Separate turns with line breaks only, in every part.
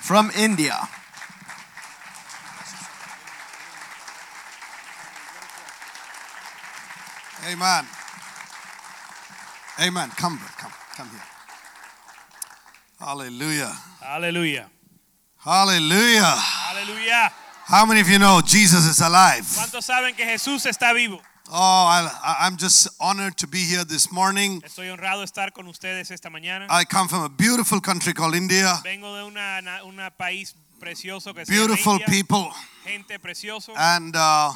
from India. Amen. Amen. Come, brother, come, come here. Hallelujah.
aleluya
Hallelujah.
aleluya
How many of you know Jesus is alive?
¿cuántos saben que Jesús está vivo?
Oh, I, I- I'm just honored to be here this morning.
estoy honrado de estar con ustedes esta mañana
I come from a beautiful country called India.
vengo de una, na- una país precioso que se llama
Beautiful
India.
people.
gente precioso
and uh,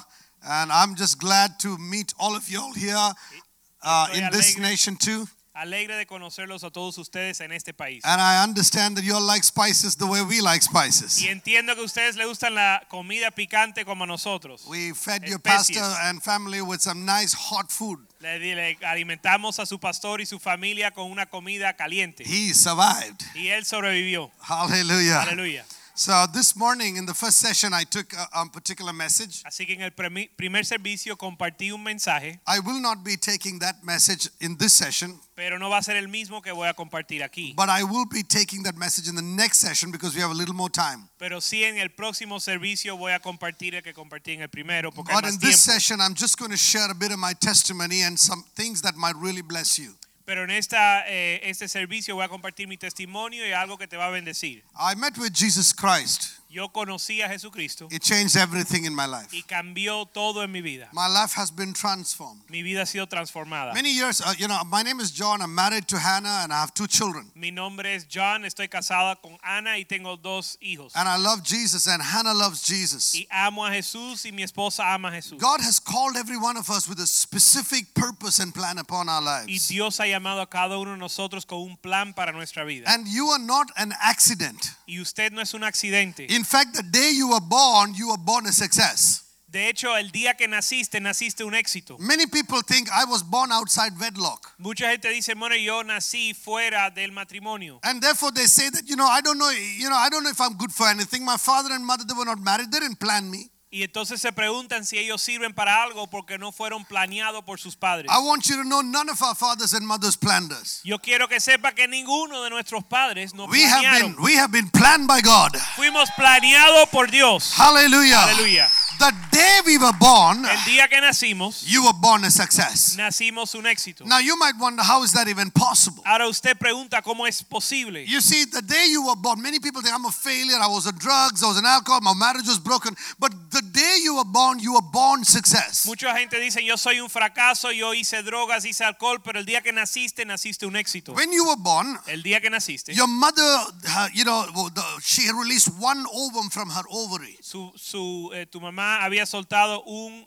and I'm just glad to meet all of y'all here uh,
Estoy
in this
alegre.
nation too.
alegre de conocerlos a todos ustedes en este país
And I understand that you all like spices the way we like
y
spices.
entiendo que a ustedes les gustan la comida picante como a nosotros
We fed your
Especies.
pastor and family with some nice hot food.
le, le alimentamos a su pastor y su familia con una comida caliente
He Ah. survived.
y él sobrevivió
Hallelujah.
aleluya
So this morning in the first session, I took a, a particular message.
Así que en el premi- primer servicio compartí un mensaje,
I will not be taking that message in this session,
pero no va a ser el mismo que voy a compartir aquí.
but I will be taking that message in the next session because we have a little more time.
Pero sí en el próximo servicio voy a compartir el que compartí en el primero, porque hay
But in
más
this
tiempo.
session, I'm just going to share a bit of my testimony and some things that might really bless you.
Pero en esta, eh, este servicio voy a compartir mi testimonio y algo que te va a bendecir.
I met with Jesus Christ.
Yo conocí a Jesucristo
It changed everything in my life.
y cambió todo en mi vida.
My life has been transformed.
Mi vida ha sido transformada.
Many years, uh, you know, my name is John. I'm married to Hannah and I have two children.
Mi nombre es John, estoy casada con Ana y tengo dos hijos.
And I love Jesus and Hannah loves Jesus.
Y amo a Jesús y mi esposa ama a Jesús.
God has called every one of us with a specific purpose and plan upon our
Y
lives.
Dios ha llamado a cada uno de nosotros con un plan para nuestra vida.
And you are not an accident.
Y usted no es un accidente.
In fact, the day you were born, you were born a success.
De hecho, el día que naciste, naciste un éxito.
Many people think I was born outside wedlock.
Mucha gente dice, bueno, yo nací fuera del matrimonio.
And therefore they say that, you know, I don't know, you know, I don't know if I'm good for anything. My father and mother, they were not married. They didn't plan me.
Y entonces se preguntan si ellos sirven para algo porque no fueron planeados por sus padres.
I want you to know none of our fathers and mothers planned us.
Yo quiero que sepa que ninguno de nuestros padres nos
We have
planearon.
been we have been planned by God.
Fuimos planeados por Dios.
Hallelujah.
Aleluya.
The day we were born,
El día que nacimos,
you were born a success.
nacimos un éxito.
Now you might wonder how is that even possible?
Ahora usted pregunta cómo es posible.
You see, the day you were born, many people think I'm a failure, I was on drugs, I was on alcohol, my marriage was broken. But the day you were born, you were born success.
Mucha gente dice, yo soy un fracaso, yo hice drogas, hice alcohol, pero el día que naciste, naciste un éxito.
When you were born,
El día que naciste,
Your mother, her- you know, the- she released one ovum from her ovary.
su, su, eh, tu mamá había soltado un,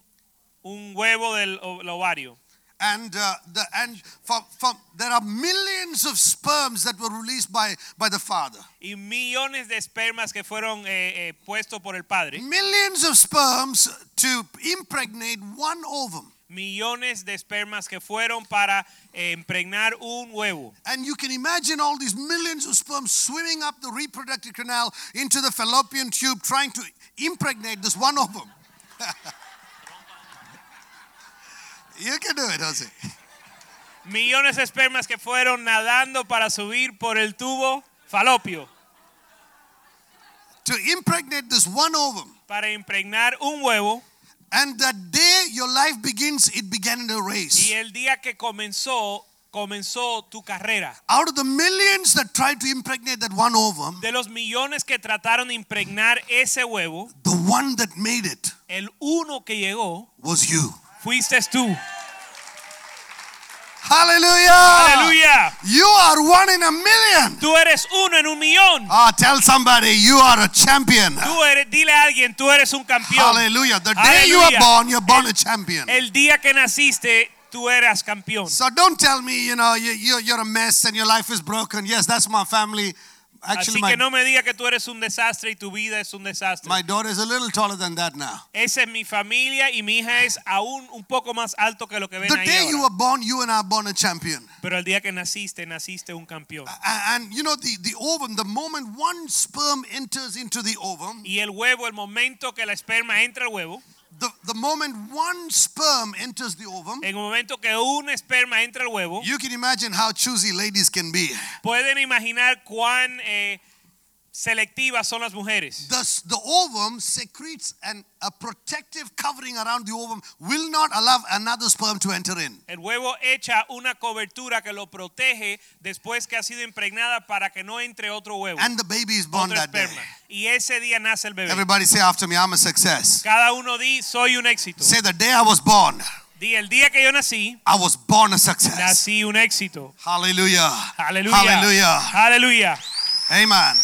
un huevo del o- el ovario.
And, uh, the, and from, from, there are millions of sperms that were released by, by the father.
Y millones de espermas que fueron eh, eh, puestos por el padre.
Millions of sperms to impregnate one ovum.
Millones de espermas que fueron para eh, impregnar un huevo.
And you can imagine all these millions of sperms swimming up the reproductive canal into the fallopian tube trying to impregnate this one ovum. you can do it, Jose.
Millones de espermas que fueron nadando para subir por el tubo falopio.
To impregnate this one ovum.
Para impregnar un huevo.
And the day your life begins, it began in a
Y
race.
el día que comenzó, comenzó tu carrera.
Out of the millions that tried to impregnate that one ovum,
De los millones que trataron de impregnar ese huevo,
the one that made it
el uno que llegó
was you.
fuiste tú.
Hallelujah!
Aleluya.
You are one in a million.
Tú eres uno en un millón.
Ah, tell somebody you are a champion.
Tú eres, dile a alguien, tú eres un campeón.
Hallelujah. The day you are
Hallelujah.
born, you're born a champion.
El día que naciste, tú eras campeón.
So don't tell me, you know, you, you, you're a mess and your life is broken. Yes, that's my family. Actually,
Así
my,
que no me diga que tú eres un desastre y tu vida es un desastre.
my daughter is a little taller than that now.
Esa es mi familia y mi hija es aún un poco más alto que lo que ven
The
ahí
day
ahora.
you were born, you and I are Ah. born a champion.
Pero el día que naciste, naciste un campeón.
A- And you know, the, the ovum, the moment one sperm enters into the ovum,
Y el huevo, el momento que la esperma entra al huevo,
the, the moment one sperm enters the ovum,
en el momento que un esperma entra al huevo,
you can imagine how choosy ladies can be.
pueden imaginar cuán eh, selectivas son las mujeres.
The, s- the ovum secretes an, a protective covering around the ovum, will not allow another sperm to enter in.
El huevo echa una cobertura que lo protege después que ha sido impregnada para que no entre otro huevo,
And the baby is born
otro
that day.
esperma. Y ese día nace el bebé.
Everybody say after me, I'm a success.
Cada uno di, soy un éxito.
Say the day I was born,
Di, el día que yo nací,
I was born a success.
nací un éxito.
Hallelujah.
Aleluya.
Hallelujah.
Aleluya.
Amen.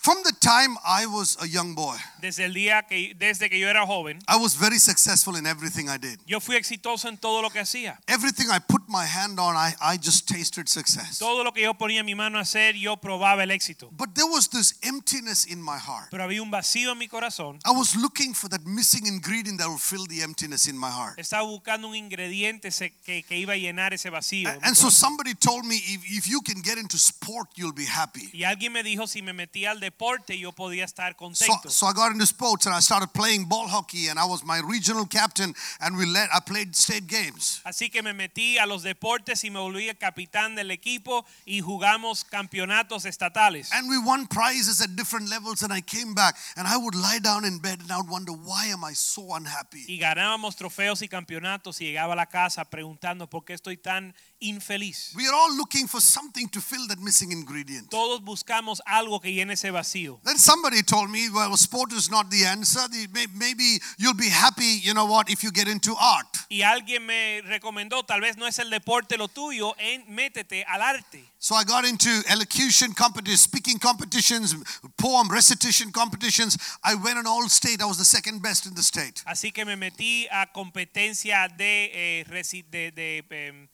From the time I was a young boy,
Desde el día que desde que yo era joven,
I was very successful in everything I did.
yo fui exitoso en todo lo que hacía.
Everything I put my hand on, I, I just tasted success.
Todo lo que yo ponía mi mano a hacer, yo probaba el éxito.
But there was this emptiness in my heart.
Pero había un vacío en mi corazón.
I was looking for that missing ingredient that will fill the emptiness in my heart.
Estaba buscando un ingrediente se- que, que iba a llenar ese vacío. en mi
And so
corazón.
somebody told me if, if you can get into sport, you'll be happy.
y alguien me dijo si me metía al deporte yo podía estar
So,
contento.
so I got into sports and I started playing ball hockey and I was my regional captain and we led, I played state games.
Así que me metí a los deportes y me volví el capitán del equipo y jugamos campeonatos estatales.
And we won prizes at different levels and I came back and I would lie down in bed and I would wonder why am I so unhappy?
Y ganábamos trofeos y campeonatos y llegaba a la casa preguntando por qué estoy tan infeliz.
We are all looking for something to fill that missing ingredient.
Todos buscamos algo que llene ese vacío.
Then somebody told me, well, sport is not the answer. The- may- Maybe you'll be happy, you know what, if you get into art.
Y alguien me recomendó, tal vez no es el deporte lo tuyo, en, métete al arte.
So I got into elocution competitions, speaking competitions, poem recitation competitions. I went in all state. I was the second best in the state.
Así que me metí a competencia de, eh, reci- de- de, em,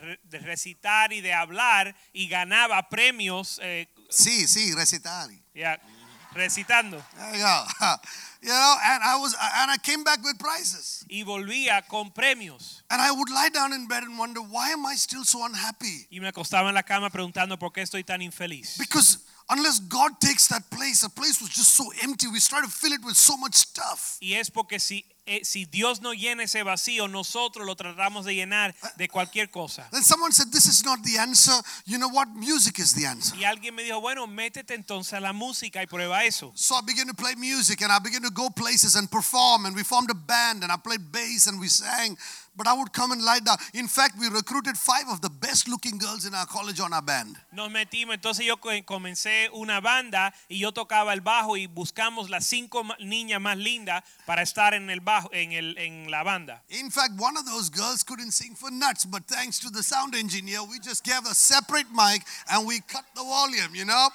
re- de recitar y de hablar y ganaba premios eh,
See, see, recitali.
ya, recitando.
There you go. you know, and I was, and I came back with prizes.
Y volvía con premios.
And I would lie down in bed and wonder why am I still so unhappy?
Y me acostaba en la cama preguntando por qué estoy tan infeliz.
Because unless God takes that place, the place was just so empty. We started to fill it with so much stuff.
Y es porque si, eh, si Dios no llena ese vacío, nosotros lo tratamos de llenar de cualquier cosa.
Then someone said, "This is not the answer." You know what? Music is the answer.
Y alguien me dijo, bueno, métete entonces a la música y prueba eso.
So I began to play music and I began to go places and perform and we formed a band and I played bass and we sang. But I would come and lie down. In fact, we recruited five of the best looking girls in our college on our band.
Nos metimos, entonces yo co- comencé una banda y yo tocaba el bajo y buscamos las cinco ma- niñas más lindas para estar en el bajo, en, el, en la banda.
In fact, one of those girls couldn't sing for nuts, but thanks to the sound engineer, we just gave a separate mic and we cut the volume, you know?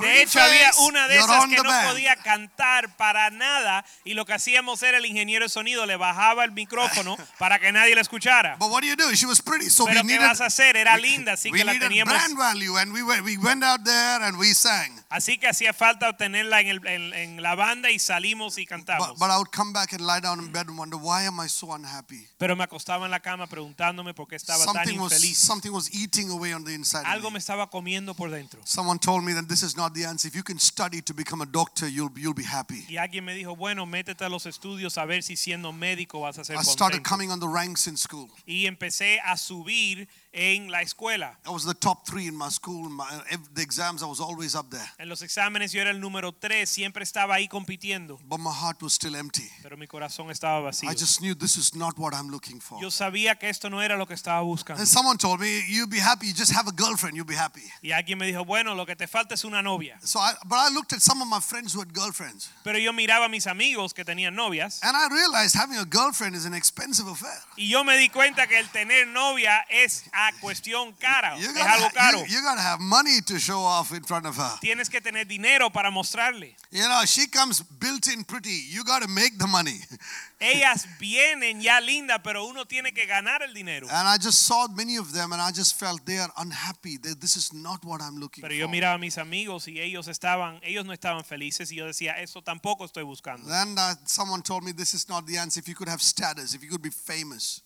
De hecho, había una de
you're
esas
on
que
the
no
band.
podía cantar para nada y lo que hacíamos era el ingeniero de sonido le bajaba el micrófono para que nadie la escuchara.
But what do you do? She was pretty, so
Pero
we
¿qué
needed.
vas a hacer? Era linda, así
we
que la
needed
teníamos.
brand value, and we went, we went out there and we sang.
Así que hacía falta obtenerla en, el- en- en la banda y salimos y
But,
cantamos.
but I would come back and lie down in bed and wonder why am I so unhappy?
Pero me acostaba en la cama preguntándome por qué estaba tan
Something was
infeliz.
something was eating away on the inside. of
Algo
me.
me estaba comiendo por dentro.
Someone told me that this is not the answer. If you can study to become a doctor, you'll be- you'll be happy.
Y alguien me dijo, bueno, métete a los estudios a ver si siendo médico vas a ser
I started
contento.
coming on the ranks in school.
Y empecé a subir en la escuela.
I was the top three in my school. My, ev- the exams, I was always up there.
En los exámenes yo era el número 3, siempre estaba ahí compitiendo,
But my heart was still empty.
pero mi corazón estaba vacío.
I just knew this is not what I'm looking for.
Yo sabía que esto no era lo que estaba buscando.
And someone told me, you'll be happy. You just have a girlfriend, you'll be happy.
Y alguien me dijo, bueno, lo que te falta es una novia.
So, I, but I looked at some of my friends who had girlfriends,
Pero yo miraba a mis amigos que tenían novias
and I realized having a girlfriend is an expensive affair.
y yo me di cuenta que el tener novia es la cuestión cara.
You
Es
gotta-
Oh, algo caro.
you- you gotta have money to show off in front of her.
Tienes que tener dinero para mostrarle.
You know, she comes built in pretty. You gotta make the money.
Ellas vienen ya lindas, pero uno tiene que ganar el dinero.
And I just saw many of them, and I just felt they are unhappy. They, this is not what I'm looking
Pero yo
for.
miraba a mis amigos y ellos estaban, ellos no estaban felices y yo decía, eso tampoco estoy buscando.
Then uh, someone told me this is not the answer. If you could have status, if you could be famous,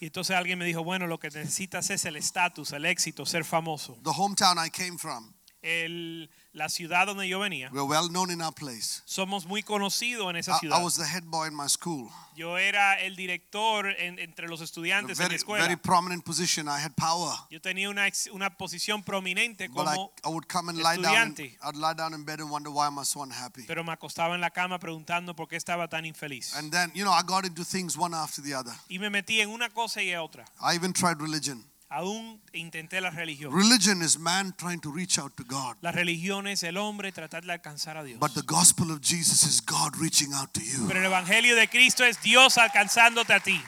Y entonces alguien me dijo, bueno, lo que necesitas es el estatus, el éxito, ser famoso.
the hometown I came from,
El, la ciudad donde yo venía,
we're well known in our place.
somos muy conocidos en esa
I,
ciudad.
I was the head boy in my school,
Yo era el director en- entre los
a
estudiantes en la
very, very
escuela.
prominent position. I had power,
Yo tenía una, ex- una posición prominente
but I,
como,
I would come and lie down. and-
estudiante.
I'd lie down in bed and wonder why am I so unhappy.
pero me acostaba en la cama preguntando por qué estaba tan infeliz.
And then you know I got into things one after the other.
Y me metí en una cosa y en otra.
I even tried religion.
Aún intenté la religión.
Religion is man trying to reach out to God,
La religión es el hombre tratar de alcanzar a Dios.
but the gospel of Jesus is God reaching out to you.
Pero el evangelio de Cristo es Dios alcanzándote a ti.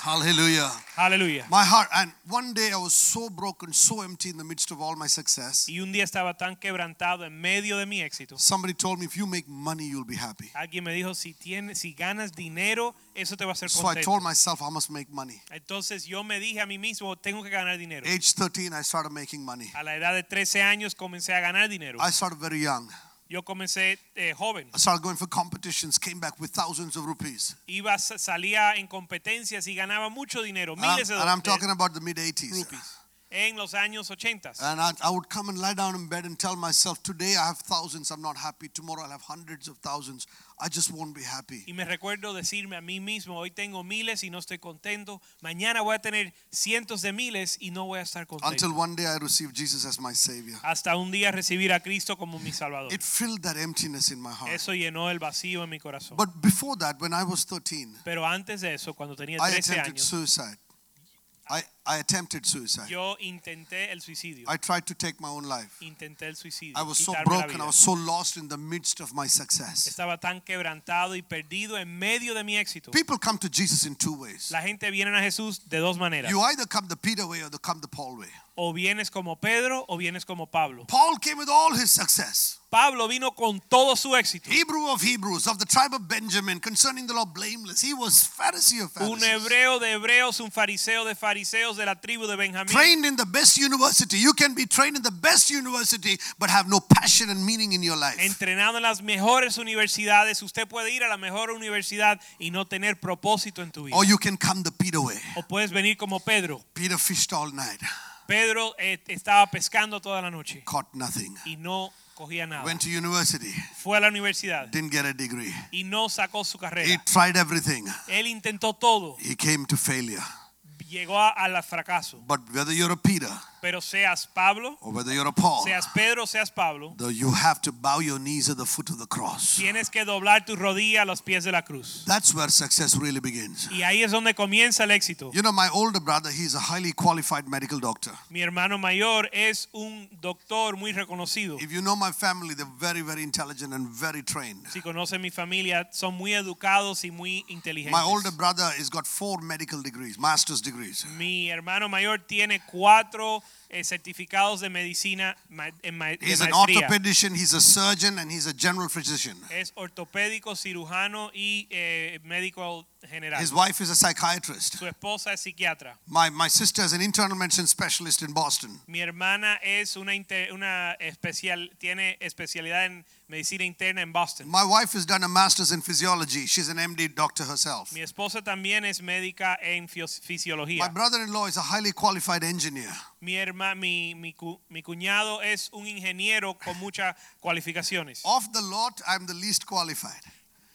Hallelujah.
Aleluya.
My heart, and one day I was so broken, so empty in the midst of all my success.
Y un día estaba tan quebrantado en medio de mi éxito.
Somebody told me, if you make money, you'll be happy.
Alguien me dijo, si tienes, si ganas dinero, eso te va a hacer
So I
contento.
told myself, I must make money.
Entonces yo me dije a mí mismo, tengo que ganar dinero.
Age 13, I started making money.
A la edad de 13 años comencé a ganar dinero.
I started very young.
Yo comencé eh, joven.
I started going for competitions, came back with thousands of rupees.
Iba, sa- salía en competencias y ganaba mucho dinero,
And I'm,
miles de
Ah, and I'm
dólares
talking about the mid 80s.
rupees en los años 80.
And I, I would come and lie down in bed and tell myself, today I have thousands, I'm not happy. Tomorrow I'll have hundreds of thousands. I just won't be happy.
Y me recuerdo decirme a mí mismo, hoy tengo miles y no estoy contento, mañana voy a tener cientos de miles y no voy a estar contento.
Until one day I received Jesus as my Savior.
Hasta un día recibir a Cristo como mi Salvador.
It filled that emptiness in my heart.
Eso llenó el vacío en mi corazón.
But before that, when I was 13,
Pero antes de eso, cuando tenía
I
13
attempted
años,
suicide. I, I attempted suicide.
yo intenté el suicidio.
I tried to take my own life.
Intenté el suicidio.
I was so
quitarme la
broken.
vida.
I was so lost in the midst of my success.
Estaba tan quebrantado y perdido en medio de mi éxito.
People come to Jesus in two ways.
La gente viene a Jesús de dos maneras.
You either come the Peter way or the come the Paul way.
O vienes como Pedro o vienes como Pablo.
Paul came with all his success.
Pablo vino con todo su éxito.
Hebrew of Hebrews, of the tribe of Benjamin, concerning the law blameless. He was Pharisee of
Un
Pharisees.
hebreo de hebreos, un fariseo de fariseos de la tribu de Benjamín.
Trained in the best university. You can be trained in the best university, but have no passion and meaning in your life.
Entrenado en las mejores universidades, usted puede ir a la mejor universidad y no tener propósito en tu vida.
Or you can come the Peter way.
O puedes venir como Pedro.
Peter fished all night,
Pedro eh, estaba pescando toda la noche
caught nothing.
y no cogía nada.
Went to university,
Fue a la universidad
didn't get a degree.
y no sacó su
He
carrera.
tried everything.
Él intentó todo,
He came to failure.
llegó a- al fracaso.
But whether you're a Peter
Pero seas Pablo,
or whether you're a Paul,
seas Pedro, seas Pablo,
though you have to bow your knees at the foot of the cross.
tienes que doblar tu rodilla a los pies de la cruz.
That's where success really begins.
Y ahí es donde comienza el éxito.
You know, my older brother, he's a highly qualified medical doctor.
Mi hermano mayor es un doctor muy reconocido.
If you know my family, they're very, very intelligent and very trained.
Si conocen mi familia, son muy educados y muy
My older
inteligentes.
brother has got four medical degrees, master's degrees.
Mi hermano mayor tiene cuatro eh, certificados de medicina ma- en ma- de
He's an
maestría.
orthopedician, he's a surgeon, and he's a general physician.
Es ortopédico, cirujano y eh, médico general.
His wife is a psychiatrist.
Su esposa es psiquiatra.
My, my sister is an internal medicine specialist in Boston.
Mi hermana es una, inte- una especial, tiene especialidad en medicina interna en Boston.
My wife has done a master's in physiology. She's an MD doctor herself.
Mi esposa también es médica en fisios- fisiología.
My brother in law is a highly qualified engineer.
Mi, herma, mi, mi, cu- mi cuñado es un ingeniero con muchas cualificaciones.
Of the lot, I'm the least qualified.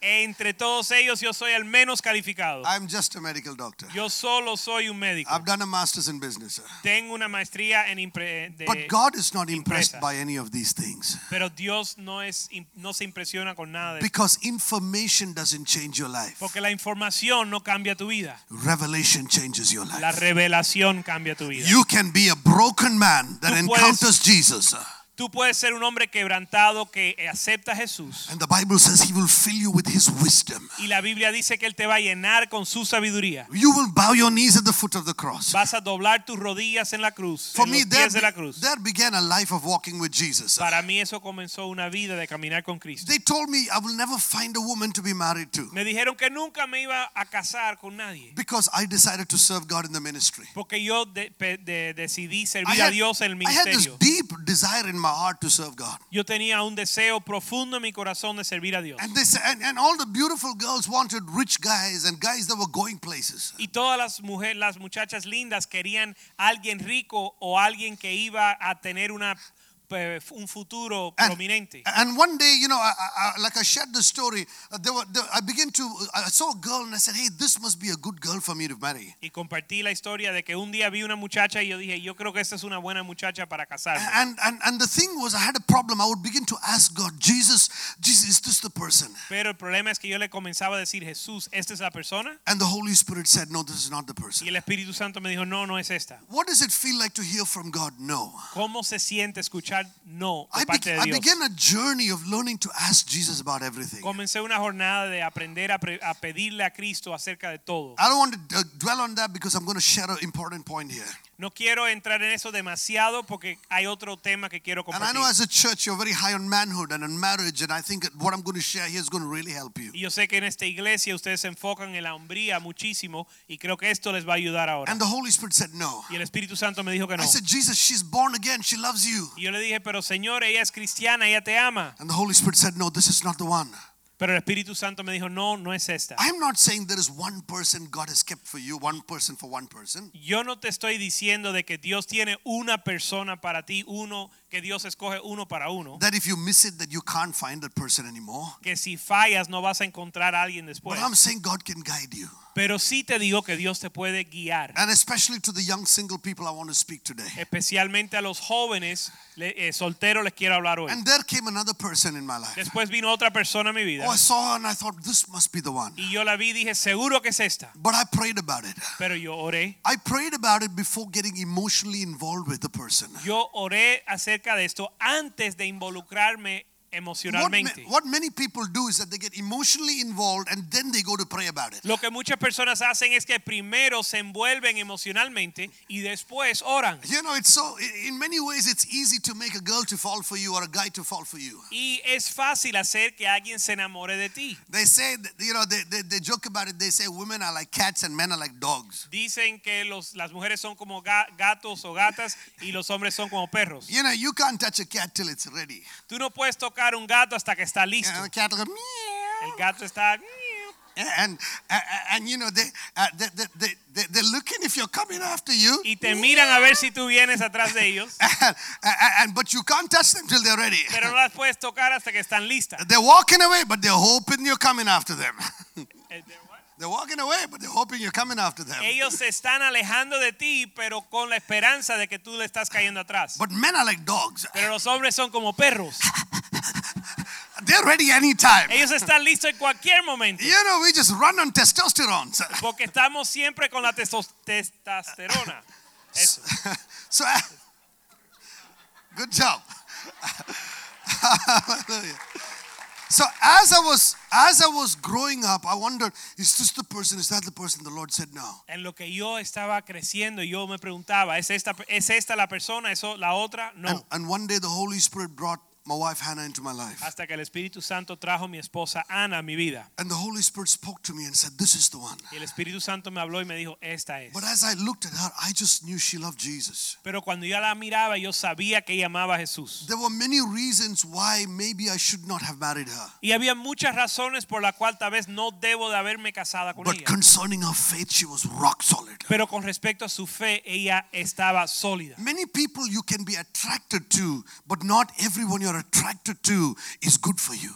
Entre todos ellos yo soy el menos calificado.
I'm just a medical doctor.
Yo solo soy un médico.
I've done a master's in business.
Tengo una maestría en impre- de-
But God is not impressed
Impresa.
by any of these things
pero Dios no es im- no se impresiona con nada de
because information doesn't change your life.
porque la información no cambia tu vida.
Revelation changes your
La
life.
revelación cambia tu vida.
You can be a broken man that
Tú puedes-
encounters Jesus.
Tú puedes ser un hombre quebrantado que acepta a Jesús.
And the Bible says he will fill you with his wisdom.
Y la Biblia dice que Él te va a llenar con su sabiduría.
You will bow your knees at the foot of the cross.
Vas a doblar tus rodillas en la cruz,
For
en
me,
los
there,
pies de la cruz.
there began a life of walking with Jesus.
Para mí eso comenzó una vida de caminar con Cristo.
They told me I will never find a woman to be married to
Me dijeron que nunca me iba a casar con nadie.
because I decided to serve God in the ministry.
Porque yo de- pe- de- decidí
I
servir a
had,
Dios en el
I had this
ministerio.
deep desire in my heart to serve God.
Yo tenía un deseo profundo en mi corazón de servir a Dios.
And, they said, and, and all the beautiful girls wanted rich guys and guys that were going places.
Y todas las mujeres, las muchachas lindas querían alguien rico o alguien que iba a tener una eh, un futuro
And-
prominente.
And one day, you know, I, I, I- like I shared the story, uh, there were, there, I began to, I saw a girl and I said, hey, this must be a good girl for me to marry.
Y compartí la historia de que un día vi una muchacha y yo dije, yo creo que esta es una buena muchacha para casarme.
And, and, and the thing was, I had a problem. I would begin to ask God, Jesus, Jesus, is this the person?
Pero el problema es que yo le comenzaba a decir, Jesús, ¿esta es la persona?
And the Holy Spirit said, no, this is not the person.
Y el Espíritu Santo me dijo, no, no es esta.
What does it feel like to hear from God? No.
¿Cómo se siente escuchar no de
I,
parte
be-
de
I
Dios?
began a journey of learning to ask Jesus about everything.
Comencé una jornada de aprender a, pre- a pedirle a Cristo acerca de todo.
I don't want to uh, dwell on that because I'm going to share an important point here.
No quiero entrar en eso demasiado porque hay otro tema que quiero
And I know
compartir.
as a church, you're very high on manhood and on marriage, and I think that what I'm going to share here is going to really help you.
Y yo sé que en esta iglesia ustedes se enfocan en la hombría muchísimo y creo que esto les va a ayudar ahora.
And the Holy Spirit said, No.
Y el Espíritu Santo me dijo que
I
no.
said, Jesus, she's born again. She loves you.
Y yo le dije, pero Señor, ella es cristiana, ella te ama.
And the Holy Spirit said, No, this is not the one.
Pero el Espíritu Santo me dijo, no, no es esta.
I'm not saying there is one person God has kept for you, one person for one person.
Yo no te estoy diciendo de que Dios tiene una persona para ti, uno, que Dios escoge uno para uno.
That if you miss it, that you can't find that person anymore.
que si fallas no vas a encontrar a alguien después.
But I'm saying God can guide you.
Pero sí te digo que Dios te puede guiar.
And especially to the young single people I want to speak today.
Especialmente a los jóvenes le- eh, solteros les quiero hablar hoy.
And there came another person in my life.
Después vino otra persona a mi vida
Oh, I saw her and I thought, this must be the one.
y yo la vi y dije, seguro que es esta.
But I prayed about it.
Pero yo oré.
I prayed about it before getting emotionally involved with the person.
Yo oré acerca de esto antes de involucrarme
What, ma-
emocionalmente.
what many people do is that they get emotionally involved and then they go to pray about it.
Lo que muchas personas hacen es que primero se envuelven emocionalmente y después oran.
You know, it's so, i- in many ways, it's easy to make a girl to fall for you or a guy to fall for you.
Y es fácil hacer que alguien se enamore de ti.
They say, that, you know, they, they, they joke about it. They say women are like cats and men are like dogs.
Dicen que los, las mujeres son como ga- gatos o gatas y los hombres son como perros.
You know, you can't touch a cat till it's ready.
Tú no puedes tocar un gato hasta que está listo.
And the cat will go
El
meow.
gato está...
And, and and you know they, uh, they, they they they they're looking if you're coming after you.
Y te miran a ver si tú vienes atrás de ellos,
And, and- but you can't touch them till they're ready.
pero no las puedes tocar hasta que están listas.
They're walking away, but they're hoping you're coming after them.
Eh, they're what?
they're walking away, but they're hoping you're coming after them.
Ellos se están alejando de ti, pero con la esperanza de que tú le estás cayendo atrás.
But men are like dogs.
Pero los hombres son como perros.
They're ready anytime.
Ellos están listos en cualquier momento.
You know, we just run on testosterone. So,
Porque estamos siempre con la tesos- testosterona. Eso.
so, uh, good job. Hallelujah. So as I was as I was growing up, I wondered, is this the person? Is that the person? The Lord said no.
En lo que yo estaba creciendo, yo me preguntaba, ¿es esta, ¿es esta la persona? ¿Eso la otra?
And,
No.
and one day the Holy Spirit brought my wife Hannah into my life.
Hasta que el Espíritu Santo trajo mi esposa Ana a mi vida.
And the Holy Spirit spoke to me and said, This is the one.
Y el Espíritu Santo me habló y me dijo, esta es.
But as I looked at her, I just knew she loved Jesus.
Pero cuando yo la miraba, yo sabía que ella amaba a Jesús.
There were many reasons why maybe I should not have married her.
Y había muchas razones por las cuales tal vez no debo de haberme casada con
But
ella.
concerning her faith, she was rock solid.
Pero con respecto a su fe, ella estaba sólida.
Many people you can be attracted to, but not everyone you're attracted to is good for you.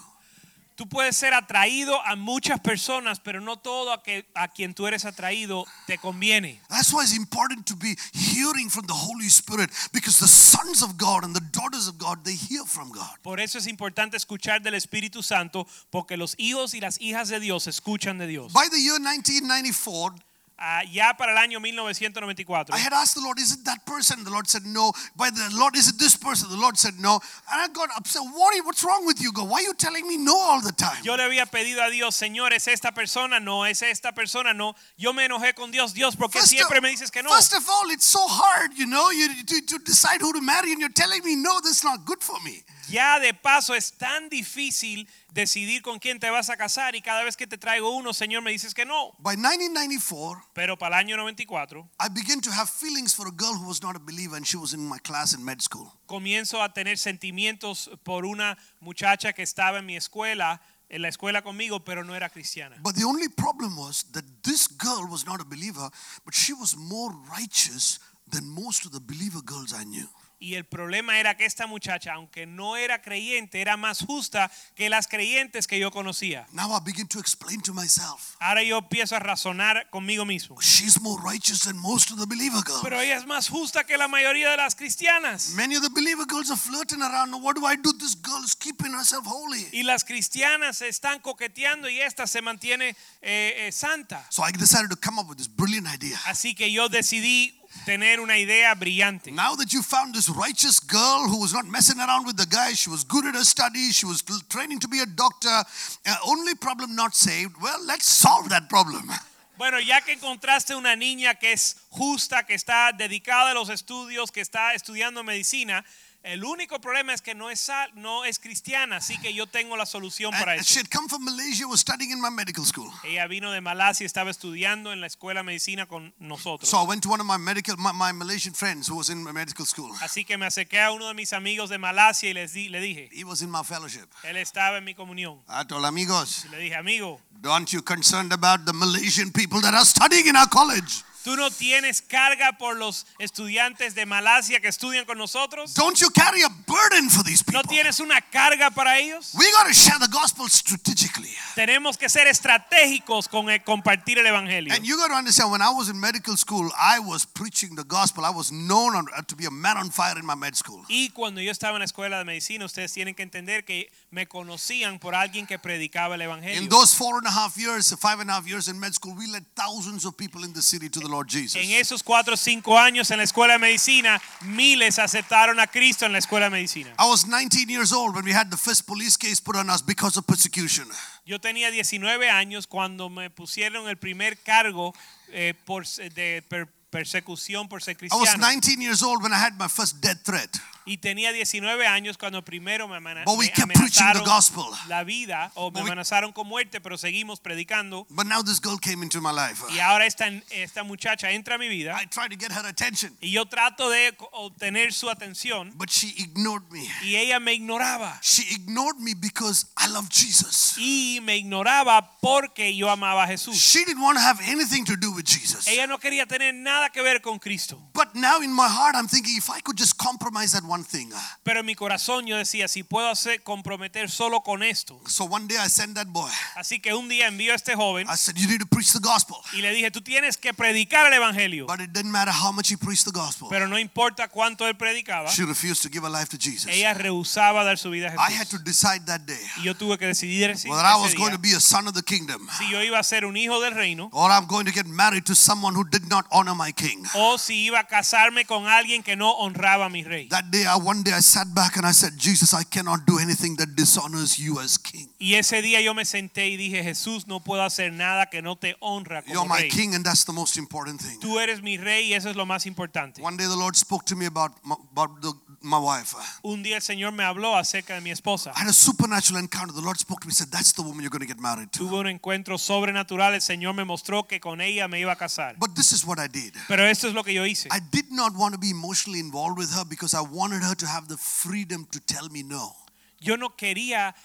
Tú puedes ser atraído a muchas personas, pero no todo a, que, a quien tú eres atraído te conviene.
That's why it's important to be hearing from the Holy Spirit because the sons of God and the daughters of God, they hear from God.
Por eso es importante escuchar del Espíritu Santo, porque los hijos y las hijas de Dios escuchan de Dios.
By the year 1994,
ah, ya para el año 1994.
I had asked the Lord, is it that person? The Lord said no. By the Lord, is it this person? The Lord said no. And I got upset. What, are you- what's wrong with you? God? Why are you telling me no all the time?
Yo le había pedido a Dios, Señor, es esta persona, no, es esta persona, no. Yo me enojé con Dios, Dios, porque
First
siempre
of-
me dices que no.
First of all, it's so hard, you know, you, to, to decide who to marry, and you're telling me no, this is not good for me.
Ya de paso es tan difícil decidir con quién te vas a casar y cada vez que te traigo uno, Señor, me dices que no.
By 1994,
Pero para el año 94
I began to have feelings for a girl who was not a believer, and she was in my class in med school.
comienzo a tener sentimientos por una muchacha que estaba en mi escuela, en la escuela conmigo, pero no era cristiana.
But the only problem was that this girl was not a believer, but she was more righteous than most of the believer girls I knew.
Y el problema era que esta muchacha, aunque no era creyente, era más justa que las creyentes que yo conocía.
Now I begin to explain to myself,
Ahora yo empiezo a razonar conmigo mismo.
she's more righteous than most of the believer girls.
Pero ella es más justa que la mayoría de las cristianas.
Many of the believer girls are flirting around. What do I do? This girl is keeping herself holy.
Y las cristianas se están coqueteando y esta se mantiene eh, eh, santa.
So I decided to come up with this brilliant idea.
Así que yo decidí tener una idea brillante.
Now that you found this righteous girl who was not messing around with the guy, she was good at her studies, she was l- training to be a doctor, uh, only problem not saved, well, let's solve that problem.
Bueno, ya que encontraste una niña que es justa, que está dedicada a los estudios, que está estudiando medicina, el único problema es que no es, sal- no es cristiana, así que yo tengo la solución
And,
para
and
eso.
Uh, she had come from Malaysia, was studying in my medical school.
Ella vino de Malasia, estaba estudiando en la escuela de medicina con nosotros.
So I went to one of my medical, my, my Malaysian friends who was in my medical school.
Así que me acerqué a uno de mis amigos de Malasia y les di- le dije,
He was in my fellowship.
él estaba en mi comunión.
I told amigos,
Le dije, amigo,
don't you concerned about the Malaysian people that are studying in our college?
¿tú no tienes carga por los estudiantes de Malasia que estudian con nosotros?
Don't you carry a burden for these people?
¿No tienes una carga para ellos?
We got to share the gospel strategically.
Tenemos que ser estratégicos con el compartir el evangelio.
And you got to understand, when I was in medical school, I was preaching the gospel. I was known on, uh, to be a man on fire in my med school.
Y cuando yo estaba en la escuela de medicina, ustedes tienen que entender que me conocían por alguien que predicaba el
In
evangelio.
those four and a half years, five and a half years in med school, we led thousands of people in the city to the Lord Jesus.
En esos cuatro o cinco años en la escuela de medicina, miles aceptaron a Cristo en la escuela de medicina.
I was 19 years old when we had the first police case put on us because of persecution.
Yo tenía 19 años cuando me pusieron el primer cargo eh, por, se- de per- persecución por ser
I was
cristiano.
19 years old when I had my first death threat.
y tenía 19 años cuando primero me, amana-
But we
me
kept preaching the
amenazaron
gospel.
la vida o me
But we-
amenazaron con muerte, pero seguimos predicando.
But now this girl came into my life.
Y ahora esta, esta muchacha entra a mi vida
I tried to get her attention,
y yo trato de co- obtener su atención
but she ignored me.
y ella me ignoraba.
She ignored me because I love Jesus.
Y me ignoraba porque yo amaba a Jesús.
She didn't want to have anything to do with Jesus.
Ella no quería tener nada que ver con Cristo.
But now in my heart, I'm thinking if I could just compromise that one thing.
Pero en mi corazón yo decía, si puedo hacer comprometer solo con esto.
So one day I sent that boy.
Así que un día envío a este joven
I said, You need to preach the gospel.
y le dije, tú tienes que predicar el evangelio.
But it didn't matter how much he preached the gospel.
Pero no importa cuánto él predicaba,
She refused to give her life to Jesus.
ella rehusaba dar su vida a
I had to
Jesús.
decide that day
Y yo tuve que decidir ese-
whether I
ese
was going
día
to be a son of the kingdom
si yo iba a ser un hijo del reino
or I'm going to get married to someone who did not honor my king.
o si iba a casarme con alguien que no honraba a mi rey.
That day, I, one day I sat back and I said, Jesus, I cannot do anything that dishonors you as king.
Y ese día yo me senté y dije, Jesús, no puedo hacer nada que no te honra
You're
como
my
rey.
king, and that's the most important thing.
Tú eres mi rey y eso es lo más importante.
One day, the Lord spoke to me about my, about the, my wife.
Un día el Señor me habló acerca de mi esposa.
I had a supernatural encounter. The Lord spoke to me and said, That's the woman you're going to get married to.
Tuve un encuentro sobrenatural, el Señor me mostró que con ella me iba a casar.
But this is what I did.
Pero esto es lo que yo hice.
I did not want to be emotionally involved with her because I wanted her to have the freedom to tell me no.
Yo no quería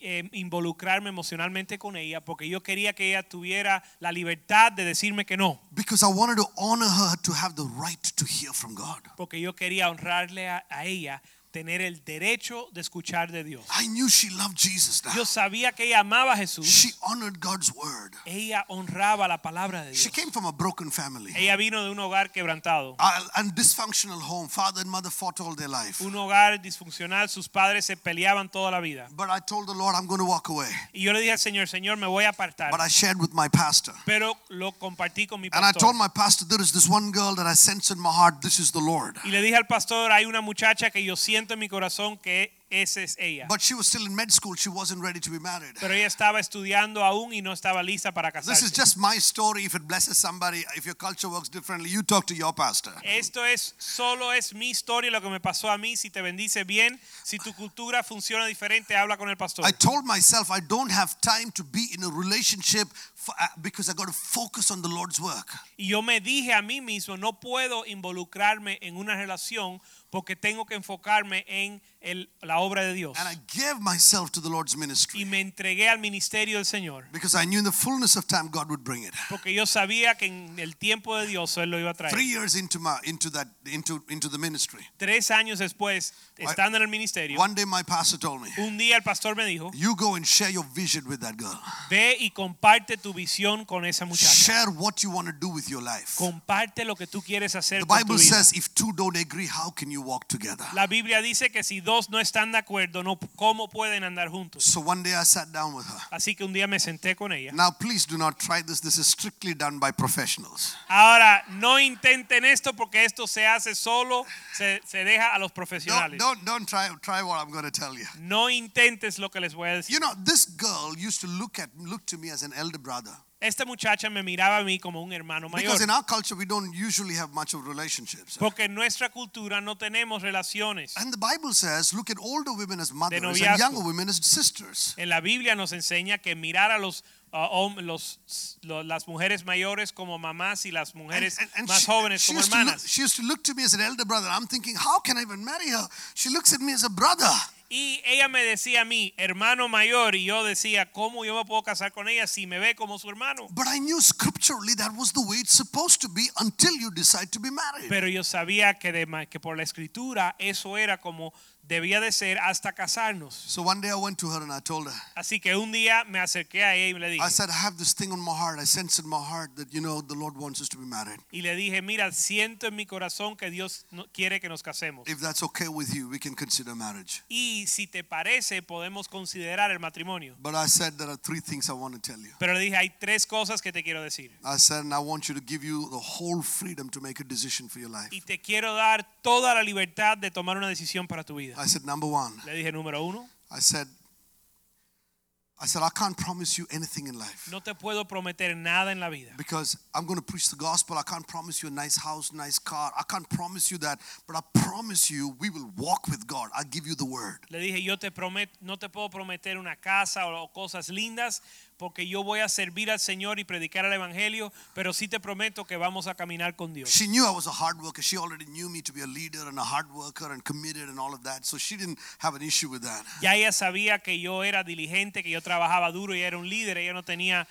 eh, involucrarme emocionalmente con ella porque yo quería que ella tuviera la libertad de decirme que no,
Because I wanted to honor her to have the right to hear from God.
porque yo quería honrarle a, a ella tener el derecho de escuchar de Dios.
I knew she loved Jesus now.
Yo sabía que ella amaba a Jesús.
She honored God's word.
Ella honraba la palabra de
She
Dios.
came from a broken family,
Ella vino de un hogar quebrantado,
a, a dysfunctional home. Father and mother fought all their life.
un hogar disfuncional. Sus padres se peleaban toda la vida.
But I told the Lord, I'm going to walk away.
Y yo le dije al Señor, Señor, me voy a apartar.
But I shared with my pastor.
Pero lo compartí con mi
And I
pastor.
told my pastor, there is this one girl that I sense in my heart, this is the Lord.
Y le dije al pastor, hay una muchacha que yo siento en mi corazón que esa es ella.
But she was still in med school, she wasn't ready to be married.
Pero ella estaba estudiando aún y no estaba lista para
This
casarse.
is just my story. If it blesses somebody, if your culture works differently, you talk to your pastor.
Esto es solo es mi historia lo que me pasó a mí. Si te bendice bien, si tu cultura funciona diferente, habla con el pastor.
I told myself I don't have time to be in a relationship for, uh, because I got to focus on the Lord's work.
Y yo me dije a mí mismo, no puedo involucrarme en una relación porque tengo que enfocarme en el- la obra de Dios.
And I gave myself to the Lord's
Y
ministry
me entregué al ministerio del Señor
because I knew in the fullness of time God would bring it.
porque yo sabía que en el tiempo de Dios Él lo iba a traer.
Three years into my into that into into the ministry,
Tres años después, estando en el ministerio,
one day my pastor told me,
un día el pastor me dijo,
"You go and share your vision with that girl.
ve y comparte tu visión con esa muchacha.
Share what you want to do with your life."
Comparte lo que tú quieres hacer
The
con tu
Bible
vida.
says, "If two don't agree, how can you walk together?"
La Biblia dice que si dos no están de acuerdo, no, ¿cómo pueden andar juntos?
So one day I sat down with her.
Así que un día me senté con ella.
Now, please do not try this. This is strictly done by professionals.
Ahora, no intenten esto porque esto se hace solo, se, se deja a los
Don't,
profesionales.
don't, don't try, try what I'm going to tell you.
No intentes lo que les voy a decir.
You know, this girl used to look at look to me as an elder brother
Esta muchacha me miraba a mí como un hermano mayor.
because in our culture we don't usually have much of relationships.
Porque en nuestra cultura no tenemos relaciones.
And the Bible says, look at older women as mothers and
noviazgo.
younger women as sisters.
En la Biblia nos enseña que mirar a los, ah, hom- los- lo- las mujeres mayores como mamás y las
And,
mujeres
and- and
más
she,
jóvenes
she
como
used to look,
hermanas.
she used to look to me as an elder brother. I'm thinking, how can I even marry her? She looks at me as a brother.
Y ella me decía a mí, hermano mayor, y yo decía, ¿cómo yo me puedo casar con ella si me ve como su hermano?
But I knew scripturally that was the way it's supposed to be until you decide to be married.
Pero yo sabía que, de ma- que por la escritura eso era como debía de ser hasta casarnos.
So one day I went to her and I told her,
Así que un día me acerqué a ella y le dije,
I said, I have this thing on my heart. I sense in my heart that, you know, the Lord wants us to be married.
y le dije, mira, siento en mi corazón que Dios no- quiere que nos casemos.
If that's okay with you, we can consider marriage.
Y si te parece, podemos considerar el matrimonio.
But I said, there are three things I want to tell you.
Pero le dije, hay tres cosas que te quiero decir.
I said, and I want you to give you the whole freedom to make a decision for your life.
Y te quiero dar toda la libertad de tomar una decisión para tu vida.
I said, number one,
Le dije, número uno,
I said, I said, I can't promise you anything in life
no te puedo prometer nada en la vida.
because I'm going to preach the gospel. I can't promise you a nice house, nice car. I can't promise you that, but I promise you we will walk with God. I give you the word.
Le dije, yo te prometo, no te puedo prometer una casa o cosas lindas, porque yo voy a servir al Señor y predicar el Evangelio, pero sí te prometo que vamos a caminar con Dios.
She knew I was a hard worker. She already knew me to be a leader and a hard worker and committed and all of that. So she didn't have an issue with that.
Ya ella sabía que yo era diligente, que yo trabajaba duro y era un líder, ella no tenía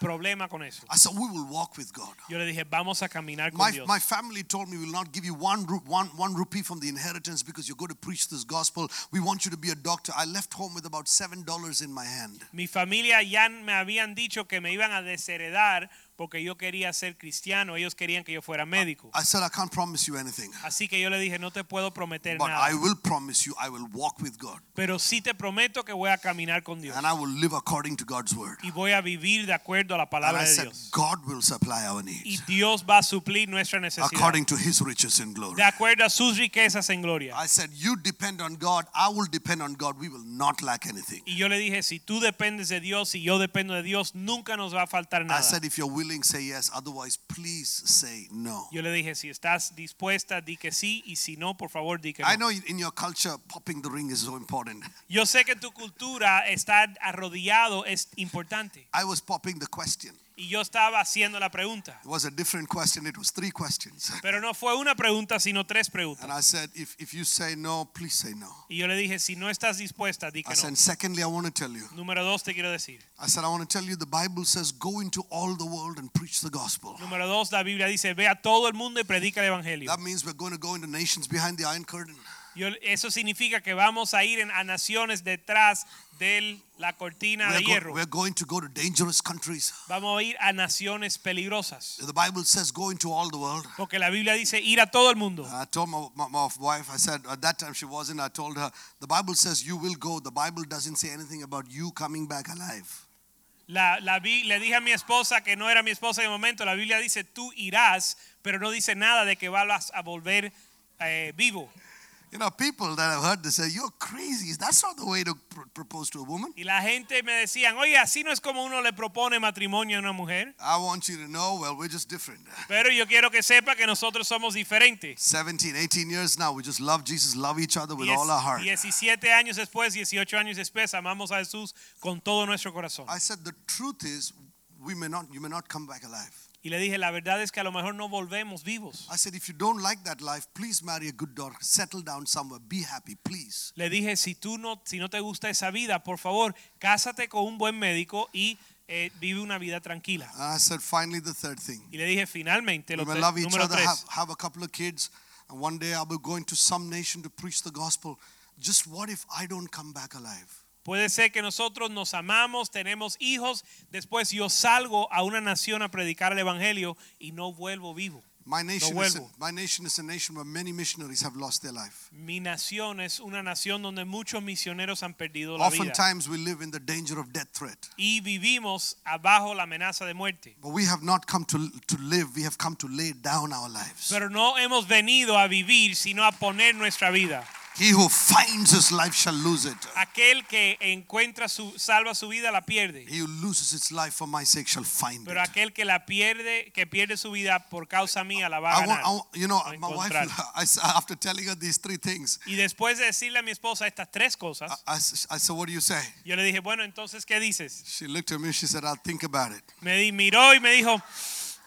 problema con eso.
I said, We will walk with God.
Yo le dije, vamos a caminar con
My,
Dios.
my family told me, We will not give you one, ru- one, one rupee from the inheritance because you're going to preach this gospel. We want you to be a doctor. I left home with about $7 in my hand.
Mi familia ya me habían dicho que me iban a desheredar porque yo quería ser cristiano, ellos querían que yo fuera médico.
I said, I can't promise you anything,
Así que yo le dije, no te puedo prometer
but I
nada,
will promise you I will walk with God
pero sí te prometo que voy a caminar con Dios.
and I will live according to God's word.
y voy a vivir de acuerdo a la
And
palabra
I
de
said,
Dios.
God will supply our
Y
needs
Dios va a suplir nuestra necesidad
according to his riches in glory.
de acuerdo a sus riquezas en gloria.
I said, You depend on God. I will depend on God. We will not lack anything.
Y yo le dije, si tú dependes de Dios y yo dependo de Dios, nunca nos va a faltar
I
nada.
said, If you're willing, say yes. Otherwise, please say no.
Yo le dije, si estás dispuesta, di que sí, y si no, por favor, di que
I
no.
know in your culture, popping the ring is so important.
Yo sé que en tu cultura estar arrodillado es importante.
I was popping the question.
Y yo estaba haciendo la pregunta.
It was a different question, it was three questions.
Pero no fue una pregunta, sino tres preguntas.
And I said, If, if you say no, please say no.
Y yo le dije, si no estás dispuesta, di
I
que no.
said, Secondly, I want to tell you.
Número dos, te quiero decir.
I said, I want to tell you the Bible says, Go into all the world and preach the gospel.
Número dos, la Biblia dice, ve a todo el mundo y predica el Evangelio.
That means we're going to go into nations behind the iron curtain.
Yo- eso significa que vamos a ir en- a naciones detrás de la cortina de
We're, go-
Ah, hierro.
we're going to go to dangerous countries.
Vamos a ir a naciones peligrosas.
The Bible says, go into all the world.
Porque la Biblia dice ir a todo el mundo.
I told my, my, my wife, I said, at that time she wasn't, I told her, the Bible says you will go. The Bible doesn't say anything about you coming back alive.
La, la vi- le dije a mi esposa que no era mi esposa de momento. La Biblia dice tú irás, pero no dice nada de que vas a volver eh, vivo.
You know, people that have heard this say, you're crazy. That's not the way to pr- propose to a woman.
Y la gente me decían, oye, así no es como uno le propone matrimonio a una mujer.
I want you to know, well, we're just different.
Pero yo quiero que sepa que nosotros somos diferentes.
17, 18 years now, we just love Jesus, love each other with
Diez-
all our heart.
17 años después, 18 años después, amamos a Jesús con todo nuestro corazón.
I said, the truth is, we may not, you may not come back alive.
Y le dije, la verdad es que a lo mejor no volvemos vivos.
I said, if you don't like that life, please marry a good daughter, settle down somewhere, be happy, please.
Le dije, si tú no, si no te gusta esa vida, por favor, cásate con un buen médico y eh, vive una vida tranquila.
And I said, finally, the third thing.
Y le dije, finalmente,
We
lo
may
te-
love each
número
other, have,
3,
have a couple of kids, and one day I'll be going to some nation to preach the gospel. Just what if I don't come back alive?
puede ser que nosotros nos amamos, tenemos hijos, después yo salgo a una nación a predicar el evangelio y no vuelvo vivo.
My nation, is,
vuelvo.
my nation is a nation where many missionaries have lost their life.
Mi nación es una nación donde muchos misioneros han perdido la vida.
Oftentimes we live in the danger of death threat.
y vivimos abajo la amenaza de muerte.
But we have not come to, to live, we have come to lay down our lives.
Pero no hemos venido a vivir, sino a poner nuestra vida.
he who finds his life shall lose it.
Aquel que encuentra su salva su vida la pierde,
He who loses his life for my sake shall find
pero
it.
aquel que la pierde, que pierde su vida por causa mía la va a
I want,
ganar.
I want- you know,
Va a
my wife,
encontrar.
I, s- after telling her these three things,
Y después de decirle a mi esposa estas tres
I,
cosas,
I s- I said, What do you say?
yo le dije, bueno, entonces, ¿qué dices?
She looked at me, she said, I'll think about it.
Me di- miró y me dijo,